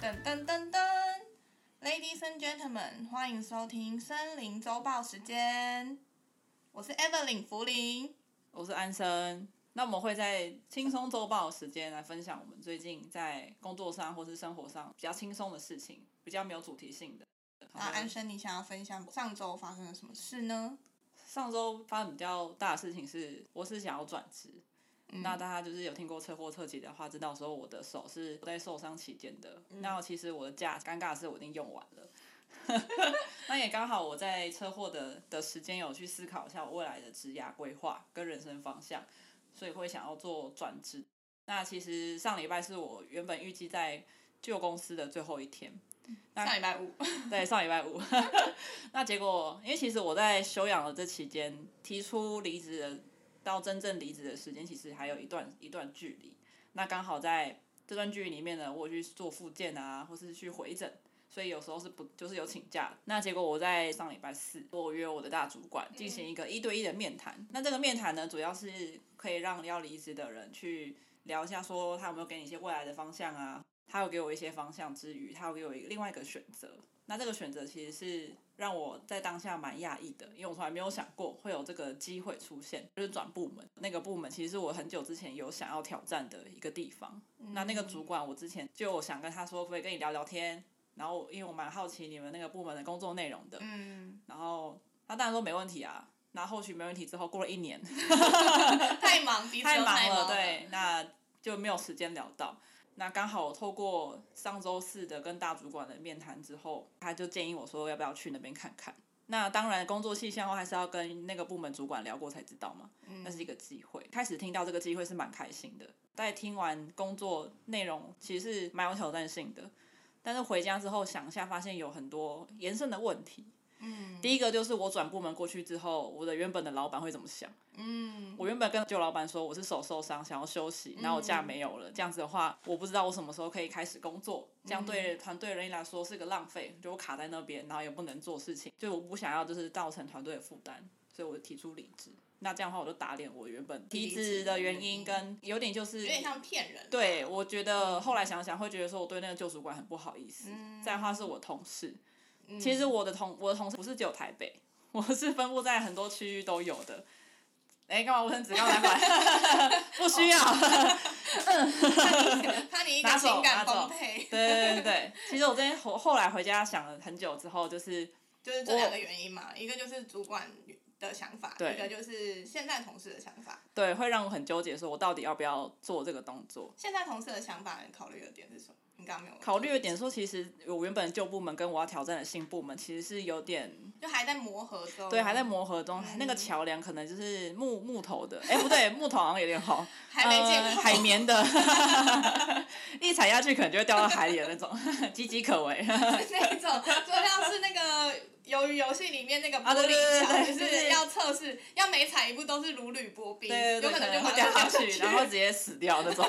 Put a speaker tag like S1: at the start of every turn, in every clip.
S1: 噔噔噔噔，Ladies and Gentlemen，欢迎收听《森林周报》时间，我是 Evelyn 福林。
S2: 我是安生。那我们会在轻松周报时间来分享我们最近在工作上或是生活上比较轻松的事情，比较没有主题性的。
S1: 那安生，你想要分享上周发生了什么事呢？
S2: 上周发生比较大的事情是，我是想要转职。
S1: 嗯
S2: 那大家就是有听过车祸特辑的话，知道说我的手是在受伤期间的。那其实我的假，尴尬的是我已经用完了。 那也刚好我在车祸的的时间有去思考一下我未来的职涯规划跟人生方向，所以会想要做转职。那其实上礼拜是我原本预计在旧公司的最后一天，
S1: 上礼拜五，
S2: 对，上礼拜五。 那结果，因为其实我在休养的这期间，提出离职的到真正离职的时间，其实还有一段一段距离。那刚好在这段距离里面呢，我有去做复健啊，或是去回诊，所以有时候是不就是有请假的。那结果我在上礼拜四，我约我的大主管进行一个一对一的面谈。那这个面谈呢，主要是可以让要离职的人去聊一下，说他有没有给你一些未来的方向啊。他有给我一些方向之余，他有给我一个另外一个选择。那这个选择其实是让我在当下蛮讶异的，因为我从来没有想过会有这个机会出现，就是转部门。那个部门其实是我很久之前有想要挑战的一个地方。 那那个主管，我之前就有想跟他说，可不可以跟你聊聊天。然后因为我蛮好奇你们那个部门的工作内容的，
S1: 嗯，
S2: 然后他当然说没问题啊。那后续没问题之后，过了一年，
S1: 太忙，彼此
S2: 太
S1: 都
S2: 忙
S1: 忙
S2: 了，对，那就没有时间聊到。那刚好我透过上周四的跟大主管的面谈之后，他就建议我说要不要去那边看看。那当然，工作细项的话还是要跟那个部门主管聊过才知道嘛。那是一个机会。开始听到这个机会是蛮开心的，在听完工作内容其实是蛮有挑战性的，但是回家之后想一下，发现有很多延伸的问题。嗯，第一个就是我转部门过去之后，我的原本的老板会怎么想？
S1: 嗯，
S2: 我原本跟旧老板说我是手受伤，想要休息，然后我假没有了，这样子的话，我不知道我什么时候可以开始工作，这样对团队人员来说是个浪费，就我卡在那边，然后也不能做事情，就我不想要就是造成团队的负担，所以我提出离职。那这样的话，我就打脸我原本
S1: 离
S2: 离
S1: 职
S2: 职的原
S1: 原因
S2: 因，跟有点就是
S1: 有点像骗人。
S2: 对，我觉得后来想想会觉得说我对那个旧主管很不好意思。
S1: 嗯
S2: 再来的话是我同事，其实我的同我的同事不是只有台北，我是分布在很多区域都有的。哎，干嘛卫生纸？干嘛来 哦管？不需要。
S1: 怕你一个
S2: 拿走
S1: 情感
S2: 拿走
S1: 崩溃，
S2: 对对对对，其实我这后后来回家想了很久之后，就是
S1: 就是这两个原因嘛，一个就是主管的想法，
S2: 对
S1: 一个就是现在同事的想法。
S2: 对会让我很纠结，说我到底要不要做这个动作。
S1: 现在同事的想法，你考虑的点是什么？你刚刚没有
S2: 考虑的点说，其实我原本旧部门跟我要挑战的新部门，其实是有点
S1: 就还在磨合中，
S2: 对，还在磨合
S1: 哦
S2: 中。那个桥梁可能就是木木头的，哎、不对，木头好像有点好，
S1: 还没见过
S2: 呃、海绵的， 一踩下去可能就会掉到海里的那种，岌岌可危。
S1: 那一种，就像是那个鱿鱼游戏里面那个玻
S2: 对
S1: 璃
S2: 对对
S1: 桥，
S2: 对
S1: 就
S2: 对
S1: 是
S2: 对
S1: 要测试，要每踩一步都是如履薄冰，
S2: 对对
S1: 有
S2: 对，
S1: 可能就
S2: 会
S1: 马
S2: 掉
S1: 上
S2: 下
S1: 掉
S2: 去，然后直接死 掉那种，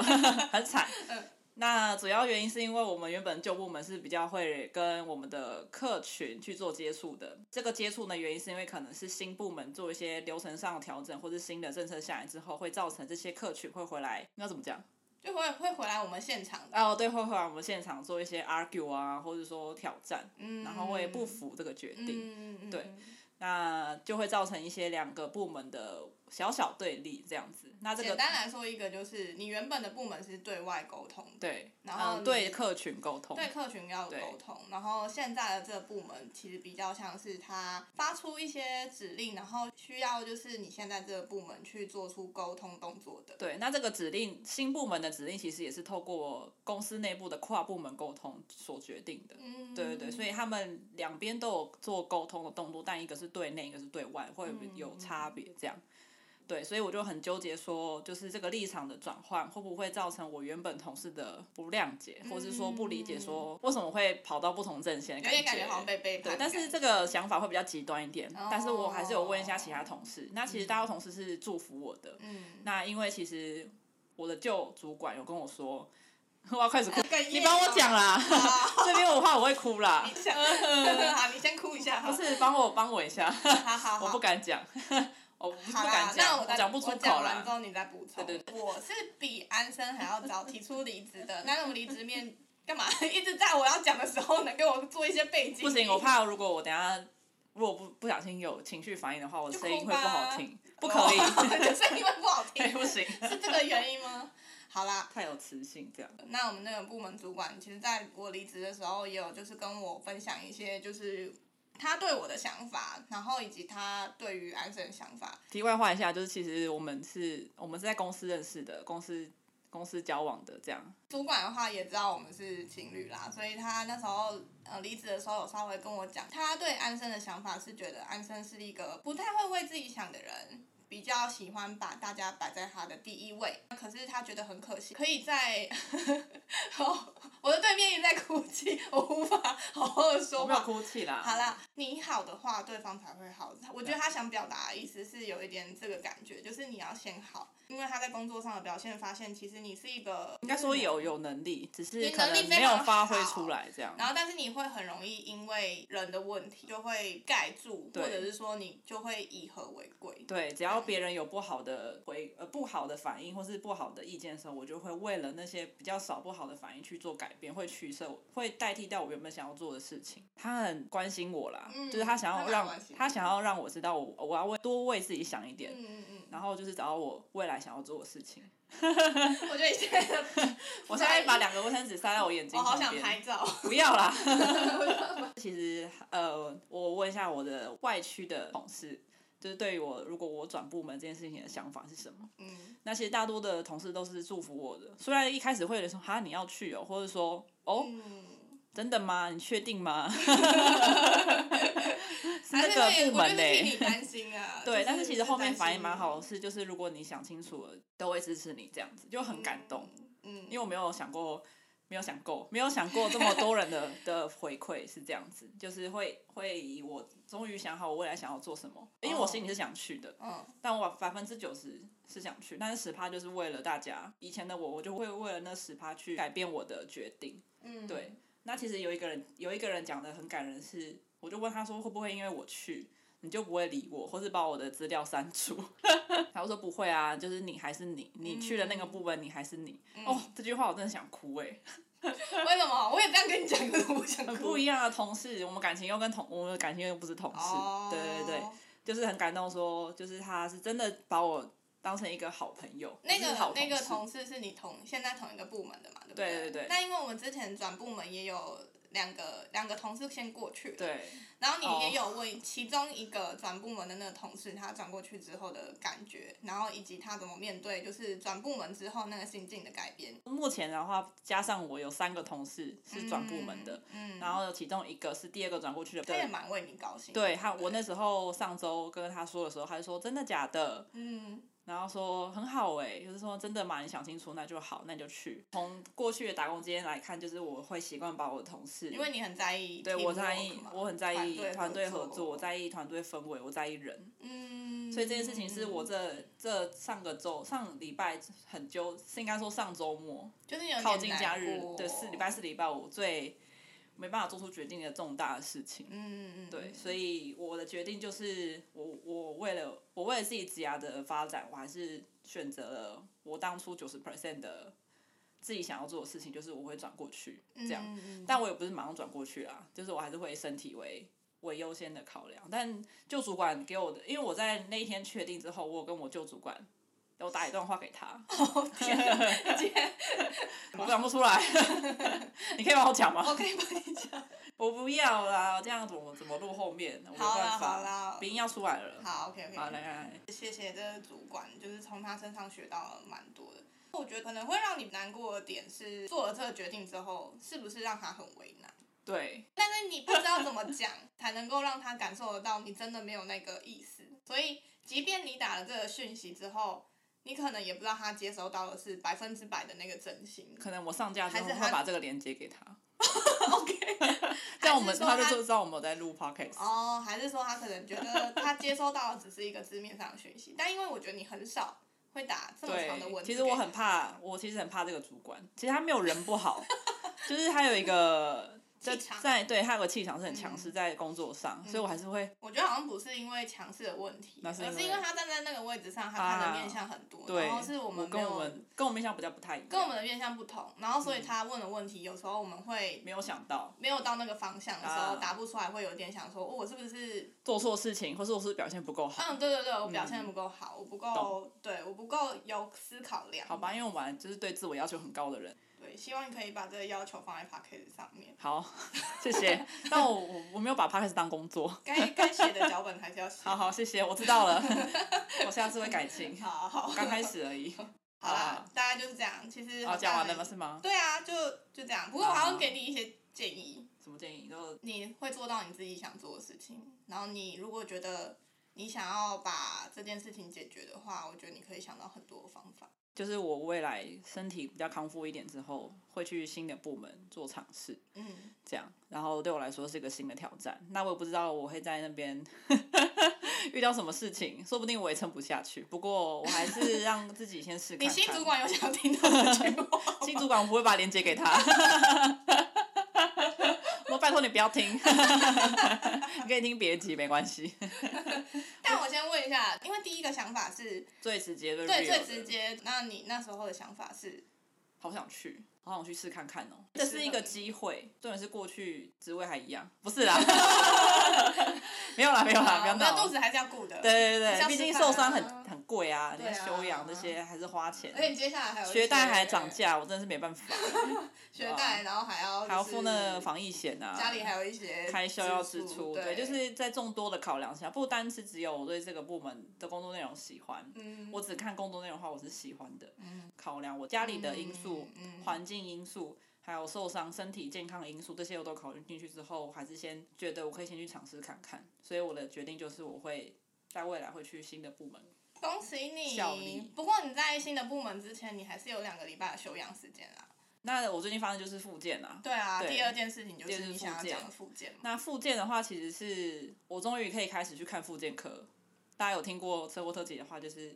S2: 很惨。
S1: 嗯
S2: 那主要原因是因为我们原本旧部门是比较会跟我们的客群去做接触的，这个接触呢原因是因为可能是新部门做一些流程上的调整，或是新的政策下来之后，会造成这些客群会回来，那怎么讲？
S1: 就会会回来我们现场的，
S2: 哦，对，会会来我们现场做一些 argue 啊，或者说挑战，
S1: 嗯，
S2: 然后会不服这个决定，
S1: 嗯，嗯，
S2: 对
S1: 嗯
S2: 那就会造成一些两个部门的小小对立这样子。那这
S1: 简
S2: 个
S1: 单来说，一个就是你原本的部门是对外沟通的，
S2: 对，
S1: 然后
S2: 嗯
S1: 你
S2: 对客群沟通，
S1: 对客群要有沟通，然后现在的这个部门其实比较像是他发出一些指令，然后需要就是你现在这个部门去做出沟通动作的，
S2: 对，那这个指令新部门的指令其实也是透过公司内部的跨部门沟通所决定的。
S1: 嗯，
S2: 对对对，所以他们两边都有做沟通的动作，但一个是对内，一个是对外，会有
S1: 嗯
S2: 有差别这样。对，所以我就很纠结说，就是这个立场的转换会不会造成我原本同事的不谅解，或是说不理解，说为什么会跑到不同阵线
S1: 嗯
S2: 的
S1: 有点
S2: 感觉？
S1: 感觉好像被哦背
S2: 对
S1: 叛，的
S2: 但
S1: 感觉，
S2: 是这个想法会比较极端一点。但是我还是有问一下其他同事，那其实大多同事是祝福我的。
S1: 嗯，
S2: 那因为其实我的旧主管有跟我说， 我要 开始哭，
S1: 哽
S2: 你
S1: 咽
S2: 帮我
S1: 了
S2: 讲啦， 这边我怕我会哭啦
S1: 哦你，想， 好，你先哭一下，
S2: 不是帮我帮我一下，
S1: 好好好，
S2: 我不敢讲， 我不不
S1: 好啦
S2: 敢
S1: 那
S2: 讲，
S1: 我
S2: 我讲不出
S1: 我
S2: 口
S1: 讲完
S2: 啦
S1: 之。后你再补充。
S2: 对
S1: 我是比安生还要早提出离职的，但是我离职面干嘛 一直在我要讲的时候能给我做一些背景？
S2: 不行，我怕如果我等一下如果不不小心有情绪反应的话，我的
S1: 就
S2: 声
S1: 哭
S2: 音会不好
S1: 吧哦
S2: 听，不可以，
S1: 就是因为不好
S2: 对，
S1: 听，
S2: 不行，
S1: 是这个原因吗？好啦，
S2: 太有磁性这样。
S1: 那我们那个部门主管，其实在我离职的时候，也有就是跟我分享一些就是他对我的想法，然后以及他对于安生的想法。
S2: 题外话一下，就是其实我们是我们是在公司认识的，公司公司交往的这样。
S1: 主管的话也知道我们是情侣啦，所以他那时候呃离职的时候有稍微跟我讲，他对安生的想法是觉得安生是一个不太会为自己想的人。比较喜欢把大家摆在他的第一位，可是他觉得很可惜，可以在， 哦，我的对面一直在哭泣，我无法好好的说
S2: 我没有
S1: 话。
S2: 哭泣啦。
S1: 好啦，你好的话，对方才会好。我觉得他想表达的意思是有一点这个感觉，就是你要先好，因为他在工作上的表现发现，其实你是一个
S2: 应该说有有能力，只是
S1: 你
S2: 可
S1: 能力
S2: 能
S1: 非
S2: 没有
S1: 常
S2: 发挥
S1: 好
S2: 出来这样。
S1: 然后，但是你会很容易因为人的问题就会盖住，
S2: 对
S1: 或者是说你就会以和为贵。
S2: 对，只要别人有不好的回呃不好的反应或是不好的意见的时候，我就会为了那些比较少不好的反应去做改变，会取舍，会代替掉我原本想要做的事情。他很关心我啦，
S1: 嗯
S2: 就是他想
S1: 他
S2: 要
S1: 蛮
S2: 让
S1: 关心
S2: 他
S1: 我
S2: 想要让我知道我我要为多为自己想一点，
S1: 嗯嗯
S2: 然后就是找到我未来想要做的事情。
S1: 嗯，我觉得现在的
S2: 我现在把两个卫生纸塞在我眼睛
S1: 我好
S2: 旁
S1: 想
S2: 边，
S1: 拍 照，
S2: 不要 啦。其实呃，我问一下我的外区的同事，就是对于我如果我转部门这件事情的想法是什么？
S1: 嗯，
S2: 那其实大多的同事都是祝福我的，虽然一开始会有人说哈你要去哦，或者说哦
S1: 嗯，
S2: 真的吗？你确定吗？是
S1: 还
S2: 那
S1: 是会
S2: 个部
S1: 我
S2: 门
S1: 就
S2: 呢、
S1: 是替你担心啊。
S2: 对，
S1: 就
S2: 但是其实后面
S1: 担心嗯
S2: 反应蛮好的，是就是如果你想清楚了，都会支持你这样子，就很感动。。
S1: 嗯，
S2: 因为我没有想过，没有想过，没有想过这么多人的的回馈是这样子，就是会会以我终于想好我未来想要做什么，因为我心里是想去的，
S1: 嗯
S2: 但我百分之九十是想去，但是十趴就是为了大家，以前的我我就会为了那十趴去改变我的决定。
S1: 嗯，
S2: 对，那其实有一个人有一个人讲的很感人是，我就问他说会不会因为我去。你就不会理我，或是把我的资料删除。 他就说不会啊，就是你还是你，你去了那个部分，你还是你。
S1: 嗯
S2: 哦，这句话我真的想哭哎、
S1: 为什么我也这样跟你讲？可是我想哭
S2: 不一样的同事，我们感情又跟同我们的感情又不是同事，
S1: 哦，
S2: 对对对，就是很感动说，就是他是真的把我当成一个好朋友，
S1: 那
S2: 不是好
S1: 个那个
S2: 事
S1: 同事是你同现在同一个部门的嘛，对不
S2: 对对
S1: 对
S2: 对
S1: 那因为我们之前转部门也有两个两个同事先过去，。
S2: 对，
S1: 然后
S2: 哦
S1: 你也有问其中一个转部门的那个同事，他转过去之后的感觉，然后以及他怎么面对就是转部门之后那个心境的改变。
S2: 目前的话，加上我有三个同事是转部门的，
S1: 嗯，嗯
S2: 然后有其中一个是第二个转过去的，
S1: 他也
S2: 对，
S1: 蛮为你高兴的。
S2: 对他，我那时候上周跟他说的时候，他就说真的假的，
S1: 嗯
S2: 然后说很好哎、就是说真的嘛，你想清楚那就好，那你就去。从过去的打工经验来看，就是我会习惯把我的同事，
S1: 因为你很在意 teamwork 嘛，
S2: 对我在意，我很在意团
S1: 团
S2: 队合
S1: 合
S2: 作，我在意团队氛围，我在意人，
S1: 嗯，
S2: 所以这件事情是我这这上个周上礼拜很纠，是应该说上周末
S1: 就是有
S2: 靠
S1: 点
S2: 近
S1: 难
S2: 假日
S1: 过
S2: 对四礼拜四礼拜我最没办法做出决定的重大的事情。
S1: 嗯嗯嗯，
S2: 对，所以我的决定就是我，我为了我为了自己职涯的发展，我还是选择了我当初九十 percent 的自己想要做的事情，就是我会转过去这样。
S1: 嗯，嗯嗯
S2: 但我也不是马上转过去啦，就是我还是会以身体为为优先的考量。但旧主管给我的，因为我在那一天确定之后，我有跟我旧主管有打一段话给他， 我讲不出来， 你可以帮我讲吗？
S1: 我可以帮你讲。
S2: 我不要啦，这样怎么怎么录后面？我没
S1: 好啦
S2: 办
S1: 好
S2: 法
S1: 啦，
S2: 鼻音要出来了。
S1: 好，OK OK。
S2: 好，来来来，
S1: 谢谢这个主管，就是从他身上学到了蛮多的。我觉得可能会让你难过的点是，做了这个决定之后，是不是让他很为难？
S2: 对，
S1: 但是你不知道怎么讲， 才能够让他感受得到你真的没有那个意思。所以，即便你打了这个讯息之后，你可能也不知道他接收到的是百分之百的那个真心。
S2: 可能我上架之后
S1: 还是他
S2: 会把这个连接给他，
S1: OK，
S2: 这样我们
S1: 还是说
S2: 他就
S1: 他
S2: 知道我们有在录 podcast。
S1: 哦，还是说他可能觉得他接收到的只是一个字面上的讯息？但因为我觉得你很少会打这么长的文字
S2: 对，其
S1: 给他，
S2: 实 我很怕，我其实很怕这个主管。其实他没有人不好，就是他有一个就
S1: 气场
S2: 在对他有个气场是很强
S1: 嗯
S2: 势，在工作上，所以我还是会
S1: 我觉得好像不是因为强势的问题，
S2: 那是因
S1: 而
S2: 为
S1: 是因为他站在那个位置上，他看
S2: 啊
S1: 的面相很多，
S2: 对
S1: 然后嗯是我们没
S2: 跟我
S1: 有
S2: 们跟我们面相比较不太一样，
S1: 跟我们的面相不同，然后所以他问的问题，有时候我们会
S2: 没有想到
S1: 没有到那个方向的时候
S2: 啊
S1: 答不出来，会有点想说，哦，我是不是？
S2: 做错事情，或是我是不是表现不够好，
S1: 嗯，对对对，我表现的不够好，我不够，对我不够有思考量。
S2: 好吧，因为我本来就是对自我要求很高的人。
S1: 对，希望你可以把这个要求放在 p a c k a g e 上面，
S2: 好， 谢谢。但我我我没有把 podcast 当工作。
S1: 该该写的脚本还是要写。
S2: 好好，谢谢，我知道 了，我下次会改进。
S1: 好好，
S2: 刚开始而已。
S1: 好啦
S2: 啊，
S1: 大概就是这样。其实
S2: 好，讲完了吗？
S1: 好像
S2: 是吗？
S1: 对啊，就就这样。不过我还
S2: 好
S1: 会给你一些建议，
S2: 什么建议？都
S1: 你会做到你自己想做的事情。然后你如果觉得你想要把这件事情解决的话，我觉得你可以想到很多方法。
S2: 就是我未来身体比较康复一点之后，会去新的部门做尝试，
S1: 嗯，
S2: 这样。然后对我来说是一个新的挑战。那我也不知道我会在那边 遇到什么事情，说不定我也撑不下去。不过我还是让自己先试看
S1: 你
S2: 看。
S1: 新主管有想听到这句话吗？
S2: 新主管我不会把链接给他。 我拜托你不要听， 你可以听别集没关系。
S1: 但我先问一下，因为第一个想法是
S2: 最直接的，
S1: 对最直，接，那你那时候的想法 是，
S2: 好想去，好想去试看看哦。
S1: 试
S2: 这
S1: 试
S2: 是一个机会，重点是过去职位还一样，不是 啦，没有啦，没有啦，
S1: 啊
S2: 不要
S1: 那
S2: 闹
S1: 肚
S2: 了。
S1: 子还是要顾的。
S2: 对。对对
S1: 还是要
S2: 对，毕竟
S1: 吃饭
S2: 受
S1: 啊
S2: 伤很很贵啊，你
S1: 对啊
S2: 要休养那些还是花钱
S1: 而，且你接下来还有一
S2: 学贷
S1: 些
S2: 还涨，价，我真的是没办法，
S1: 学贷然后还要还
S2: 还要付那个防疫险啊，
S1: 家里还有一些
S2: 开销要支
S1: 出，
S2: 出，
S1: 对，
S2: 对，就是在众多的考量下，不单是只有我对这个部门的工作内容喜欢，
S1: 嗯，
S2: 我只看工作内容的话，我是喜欢的。
S1: 嗯
S2: 考量我家里的因素、
S1: 嗯嗯
S2: 环境因素，还有受伤、身体健康因素，这些我都考虑进去之后，我还是先觉得我可以先去尝试看看。所以我的决定就是，我会在未来会去新的部门。
S1: 恭喜你
S2: 效力
S1: 不过你在新的部门之前，你还是有两个礼拜的休养时间啦。
S2: 那我最近发生就是复健啊，
S1: 对啊，
S2: 对
S1: 第二件事情就
S2: 第二
S1: 是
S2: 是
S1: 你
S2: 复
S1: 想要
S2: 健
S1: 讲的复健嘛。
S2: 那复健的话，其实是我终于可以开始去看复健科。大家有听过车祸特辑的话，就是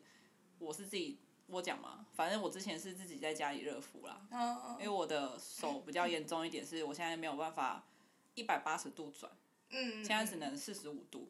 S2: 我是自己我讲嘛，反正我之前是自己在家里热敷啦，
S1: 嗯
S2: 因为我的手比较严重一点，是我现在没有办法一百八十度转，
S1: 嗯，
S2: 现在只能四十五度。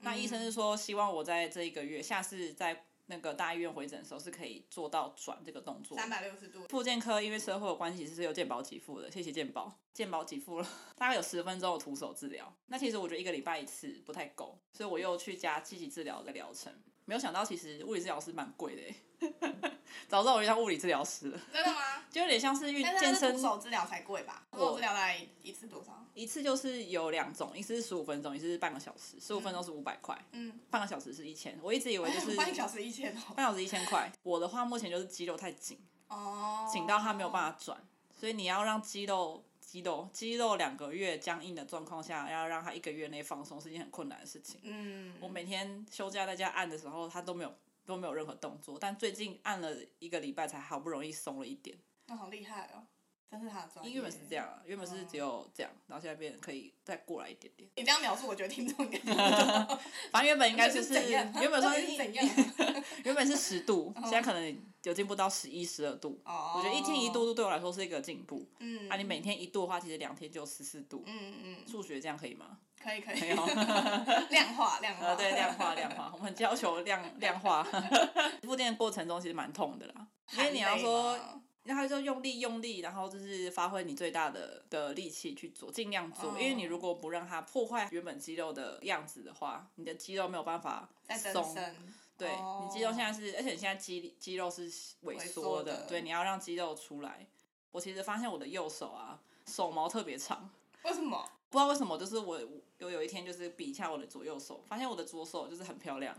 S2: 那医生是说，希望我在这一个月，下次在那个大医院回诊的时候是可以做到转这个动作。
S1: 三百六十度。
S2: 复健科因为车祸的关系是有健保给付的，谢谢健保，健保给付了大概有十分钟的徒手治疗。那其实我觉得一个礼拜一次不太够，所以我又去加积极治疗的疗程。没有想到，其实物理治疗师蛮贵的耶，欸 早知道我就当物理治疗师了，
S1: 真的吗？
S2: 就有点像是运
S1: 但是它
S2: 健
S1: 是
S2: 身
S1: 徒手治疗才贵吧？徒手治疗大概一次多少？
S2: 一次就是有两种，一次是十五分钟，一次是半个小时。十五分钟是五百块，
S1: 嗯，
S2: 半个小时是一千。我一直以为就是
S1: 哎半小时一千哦。
S2: 半小时一千块，我的话目前就是肌肉太紧，
S1: 哦。
S2: 紧到它没有办法转，所以你要让肌肉、肌肉、肌肉两个月僵硬的状况下，要让它一个月内放松是一件很困难的事情。
S1: 嗯，
S2: 我每天休假在家按的时候，它都没有都没有任何动作，但最近按了一个礼拜才好不容易松了一点。
S1: 那好厉害哦，真是他的专业。
S2: 因为原本是这样，啊，原本是只有这样，然后现在变得可以再过来一点点。
S1: 你这样描述，我觉得听众 应该听不懂
S2: 反正原本应该就是
S1: 是怎样，
S2: 原本说
S1: 到底是怎样啊。
S2: 原本是十度，现在可能有进步到十一、十二度。
S1: 哦
S2: 我觉得一天一度，对我来说是一个进步。
S1: 嗯，
S2: 啊，你每天一度的话，其实两天就十四度。
S1: 嗯嗯嗯，
S2: 数学这样可 以吗？
S1: 可以可以，
S2: 没有，
S1: 量化量化，
S2: 呃，对，量化量化，我们要求量量化。 复健的过程中其实蛮痛的啦，因为你要说
S1: 含泪嘛
S2: 然后就用力用力，然后就是发挥你最大的的力气去做，尽量做。因为
S1: 哦
S2: 你如果不让它破坏原本肌肉的样子的话，你的肌肉没有办法
S1: 在增
S2: 松。
S1: 生，
S2: 对、
S1: 哦
S2: 你肌肉现在是，而且你现在肌肌肉是萎
S1: 萎
S2: 缩
S1: 缩
S2: 的，
S1: 的
S2: 对，你要让肌肉出来。我其实发现我的右手啊，手毛特别长，
S1: 为什么？
S2: 不知道为什么，就是我有有一天就是比一下我的左右手，发现我的左手就是很漂亮，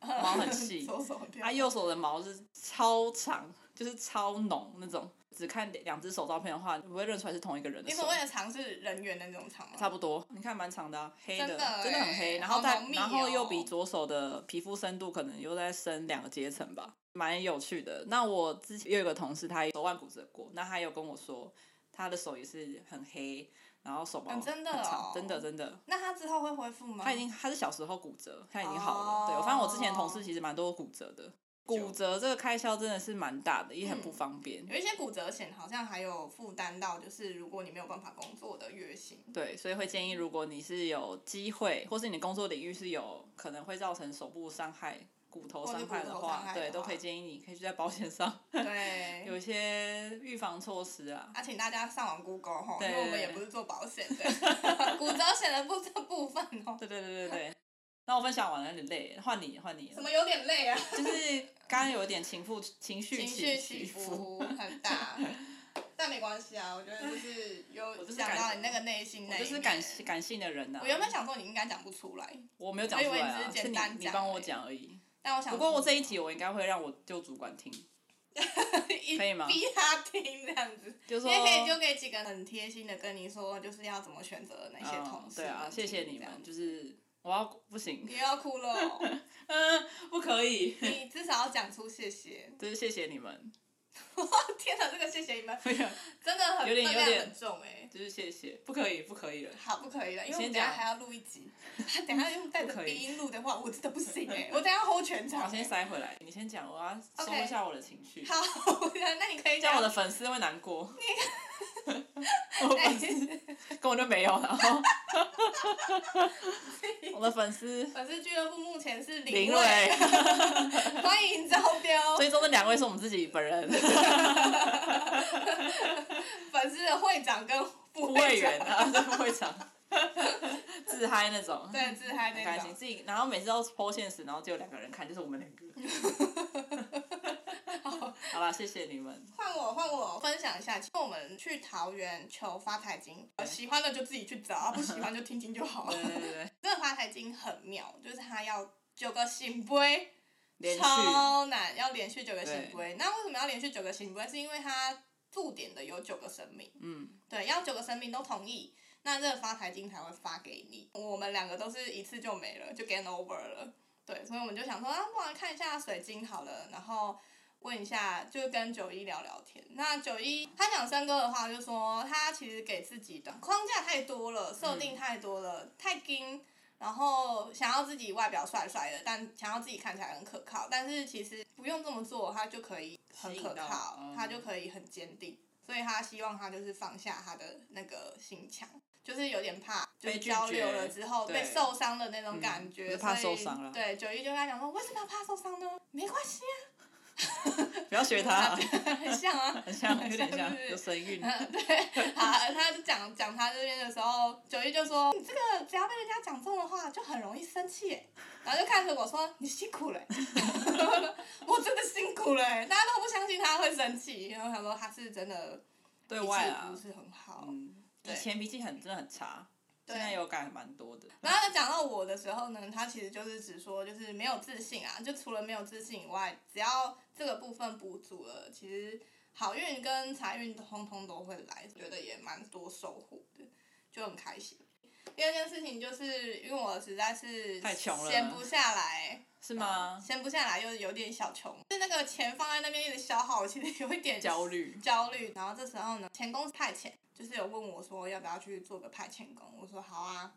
S2: 毛很细， 啊
S1: 手手掉
S2: 他、右手的毛是超长，就是超浓那种。只看两只手照片的话，你不会认出来是同一个人的
S1: 你
S2: 手
S1: 所。谓的长是人缘的那种长吗？
S2: 差不多，你看蛮长的、啊，黑的，
S1: 真
S2: 真
S1: 的欸
S2: 很黑。然
S1: 好
S2: 后再、
S1: 浓密
S2: 然后又
S1: 哦
S2: 比左手的皮肤深度可能又再深两个阶层吧，蛮有趣的。那我之前有一个同事，他手腕骨折过，那他有跟我说，他的手也是很黑，然后手
S1: 嗯
S2: 毛很
S1: 真的
S2: 长
S1: 哦
S2: 真的真的。
S1: 那他之后会恢复吗？哦
S2: 他已经他是小时候骨折，他已经好了。对，我发现我之前同事其实蛮多骨折的，骨折这个开销真的是蛮大的，也很不
S1: 嗯
S2: 方便。
S1: 有一些骨折险好像还有负担到，就是如果你没有办法工作的月薪。
S2: 对，所以会建议，如果你是有机会，或是你的工作领域是有可能会造成手部伤害、骨头
S1: 或者
S2: 伤害
S1: 骨
S2: 的
S1: 头
S2: 话，
S1: 伤害
S2: 对，
S1: 的
S2: 都可以
S1: 话
S2: 建议你可以去在保险上 有
S1: 对，
S2: 一些预防措施啊。
S1: 啊，请大家上网 Google 吼，因为
S2: 对
S1: 我们也不是做保险的， 骨折险的部这部分 哦，
S2: 对对对对对。那我分享完了，有点累，换你换你了
S1: 怎，么有点累啊？
S2: 就是刚刚有点情妇情绪
S1: 情绪
S2: 起
S1: 起
S2: 伏，
S1: 伏很 大，但没关系啊，我觉得就是有
S2: 就是
S1: 讲
S2: 感
S1: 到你那个内心那
S2: 我
S1: 一
S2: 就是
S1: 面
S2: 感性感性的人呐、啊
S1: 我原本想说你应该讲不出来，
S2: 我没有讲
S1: 我以
S2: 出
S1: 为
S2: 来
S1: 你只
S2: 啊，
S1: 是
S2: 是
S1: 简
S2: 你
S1: 单
S2: 你
S1: 讲
S2: 帮
S1: 而
S2: 我
S1: 已
S2: 讲而已。
S1: 但我想
S2: 不过我这一集我应该会让我就主管听，
S1: 一
S2: 可以吗
S1: 逼他听这样子，
S2: 就
S1: 你
S2: 说
S1: 也可以就给几个很贴心的跟你说，就是要怎么选择哪些同
S2: 嗯
S1: 事、
S2: 对啊，谢谢你
S1: 这样
S2: 们，就是我要不行，
S1: 你又要哭了哦、
S2: 嗯，不可以，
S1: 你至少要讲出谢谢。
S2: 就是谢谢你们，
S1: 天哪，这个谢谢你们
S2: 没有
S1: 真的很
S2: 有点
S1: 分
S2: 有
S1: 量
S2: 点
S1: 很重哎、
S2: 就是谢谢，不可以，不可以了。
S1: 好，不可以了，因为我
S2: 先
S1: 们等一下
S2: 讲
S1: 还要录一集， 等一下用带着
S2: 不可以
S1: 鼻音录的话，我真的不行哎、我等一下 hold 全
S2: 我
S1: 场、
S2: 先
S1: 欸。
S2: 塞回来，你先讲，我要收
S1: OK
S2: 一下我的情绪，
S1: 好，那你可以
S2: 这样
S1: 讲
S2: 我的粉丝会难过。我粉丝 根本就没有，然后我的粉 丝
S1: 粉丝俱乐部目前是
S2: 林
S1: 零位，哦
S2: 伟，
S1: 欢迎招 标。
S2: 追踪的两位是我们自己本人
S1: 粉丝的 会长跟副
S2: 副会
S1: 长
S2: 员，啊，是副会长，自嗨那种。
S1: 对，自嗨
S2: 很
S1: 那
S2: 开
S1: 种
S2: 心，。自己然后每次都 PO 现实，然后只有两个人看，就是我们两个。 好啦，谢谢你们。
S1: 换我，换我分享一下，其实我们去桃园求发财金，呃喜欢的就自己去 找，啊不喜欢就听听就好
S2: 对
S1: 了。
S2: 对对对，
S1: 这个发财金很妙，就是它要九个醒杯，
S2: 连续
S1: 超难，要连续九个醒杯。那为什么要连续九个醒杯？是因为它驻点的有九个神明，
S2: 嗯，
S1: 对，要九个神明都同意。那这个发财金才会发给你，我们两个都是一次就没了，就 game over 了。对，所以我们就想说，啊，不然看一下水晶好了，然后问一下，就跟九一聊聊天。那九一他讲森哥的话，就说他其实给自己的框架太多了，设
S2: 嗯
S1: 定太多了，太精，然后想要自己外表帅帅的，但想要自己看起来很可靠，但是其实不用这么做，他就可以很
S2: 吸引
S1: 可
S2: 到
S1: 靠，
S2: 嗯
S1: 他就可以很坚定。所以他希望他就是放下他的那个心墙，就是有点怕，就是
S2: 被拒
S1: 交流
S2: 绝
S1: 了之后被
S2: 对
S1: 受伤的那种感
S2: 嗯
S1: 觉，
S2: 就怕
S1: 所以
S2: 受伤了
S1: 对，九一就跟他讲说，为什么要怕受伤呢？没关系啊，
S2: 不要学他，
S1: 很像啊，
S2: 很像，有点
S1: 很像 是
S2: 像
S1: 不，是
S2: 有神韵。
S1: 对，好，他就讲讲他这边的时候，九一就说：“你这个只要被人家讲中的话，就很容易生气 耶。”然后就看着我说：“你辛苦了耶。”我真的辛苦了耶，大家都不相信他会生气，然后想说他是真的
S2: 对
S1: 脾
S2: 外
S1: 气
S2: 啊
S1: 不，是很好。
S2: 嗯，以
S1: 对
S2: 前脾气很真的很差，
S1: 对
S2: 现在有改蛮多的。
S1: 然后他讲到我的时候呢，他其实就是只说就是没有自信啊，就除了没有自信以外，只要这个部分补足了，其实好运跟财运通通都会来，觉得也蛮多收获的，就很开心。第二件事情就是因为我实在是
S2: 太穷了
S1: 闲不下来，
S2: 是吗？
S1: 闲不下来又有点小穷，就是那个钱放在那边一直消耗，我其实有一点
S2: 焦虑，
S1: 焦虑。然后这时候呢，前公司派遣就是有问我说要不要去做个派遣工，我说好啊。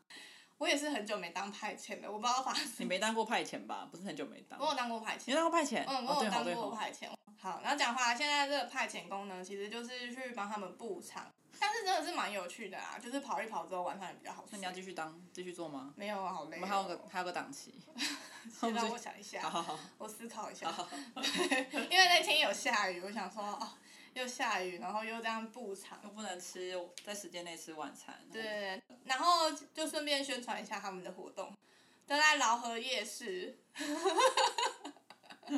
S1: 我也是很久没当派遣了，我不知道发生。
S2: 你没当过派遣吧？不是很久没当
S1: 我。有当过派
S2: 你
S1: 遣，
S2: 有当过派遣？
S1: 嗯，
S2: 哦
S1: 我
S2: 对
S1: 有
S2: 好
S1: 当
S2: 对
S1: 过
S2: 好。
S1: 派遣。好，然后讲回来，现在这个派遣工呢，其实就是去帮他们布场，但是真的是蛮有趣的啦，就是跑一跑之后晚上也比较好
S2: 那
S1: 睡
S2: 你。要继续当，继续做吗？
S1: 没有啊，好累、
S2: 我
S1: 哦。
S2: 们还有个还有个档期。
S1: 先让我想一下。
S2: 好好好，
S1: 我思考一下， 因为那天有下雨，我想说哦，又下雨，然后又这样布场，
S2: 又不能吃，在时间内吃晚餐。
S1: 对，然后就顺便宣传一下他们的活动，都在劳河夜市。你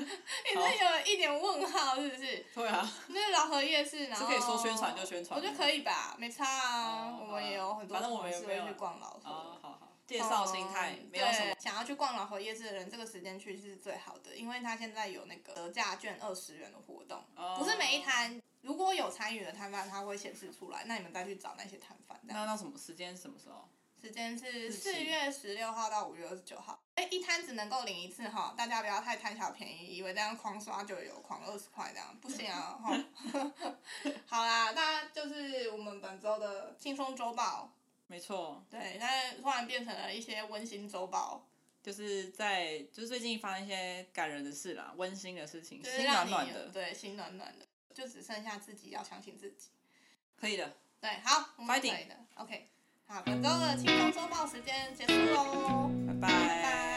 S2: 好
S1: 这有一点问号是不是？
S2: 对啊，
S1: 就是劳河夜市，然
S2: 这
S1: 后
S2: 可以说宣传就宣传
S1: 我觉
S2: 吗。
S1: 得可以吧，没差啊。
S2: 哦
S1: 我们也有很多
S2: 反正我
S1: 同
S2: 们也
S1: 事
S2: 没有
S1: 会去逛劳河。
S2: 哦，好好，介绍心态
S1: 嗯，
S2: 没有什么
S1: 对想要去逛老河夜市的人，这个时间去是最好的，因为他现在有那个折价券二十元的活动，
S2: 哦
S1: 不是每一摊。如果有参与的摊贩，他会显示出来，那你们再去找那些摊贩。这样
S2: 那那什么时间是什么时候？
S1: 时间是
S2: 期
S1: 四月十六号到五月二十九号。哎，一摊只能够领一次哈，大家不要太贪小便宜，以为这样狂刷就有狂二十块这样，不行啊哈。 好啦，那就是我们本周的轻松周报。
S2: 没错，
S1: 对，那突然变成了一些温馨周报。
S2: 就是在就是最近发生一些感人的事啦，温馨的事情，
S1: 就是
S2: 心
S1: 让
S2: 暖
S1: 你
S2: 暖的，
S1: 对心暖暖的，就只剩下自己要相信自己。
S2: 可以的。
S1: 对，好，我们可
S2: Fighting
S1: 以的。OK，好，本周的轻松周报时间结束喽，拜
S2: 拜
S1: 拜。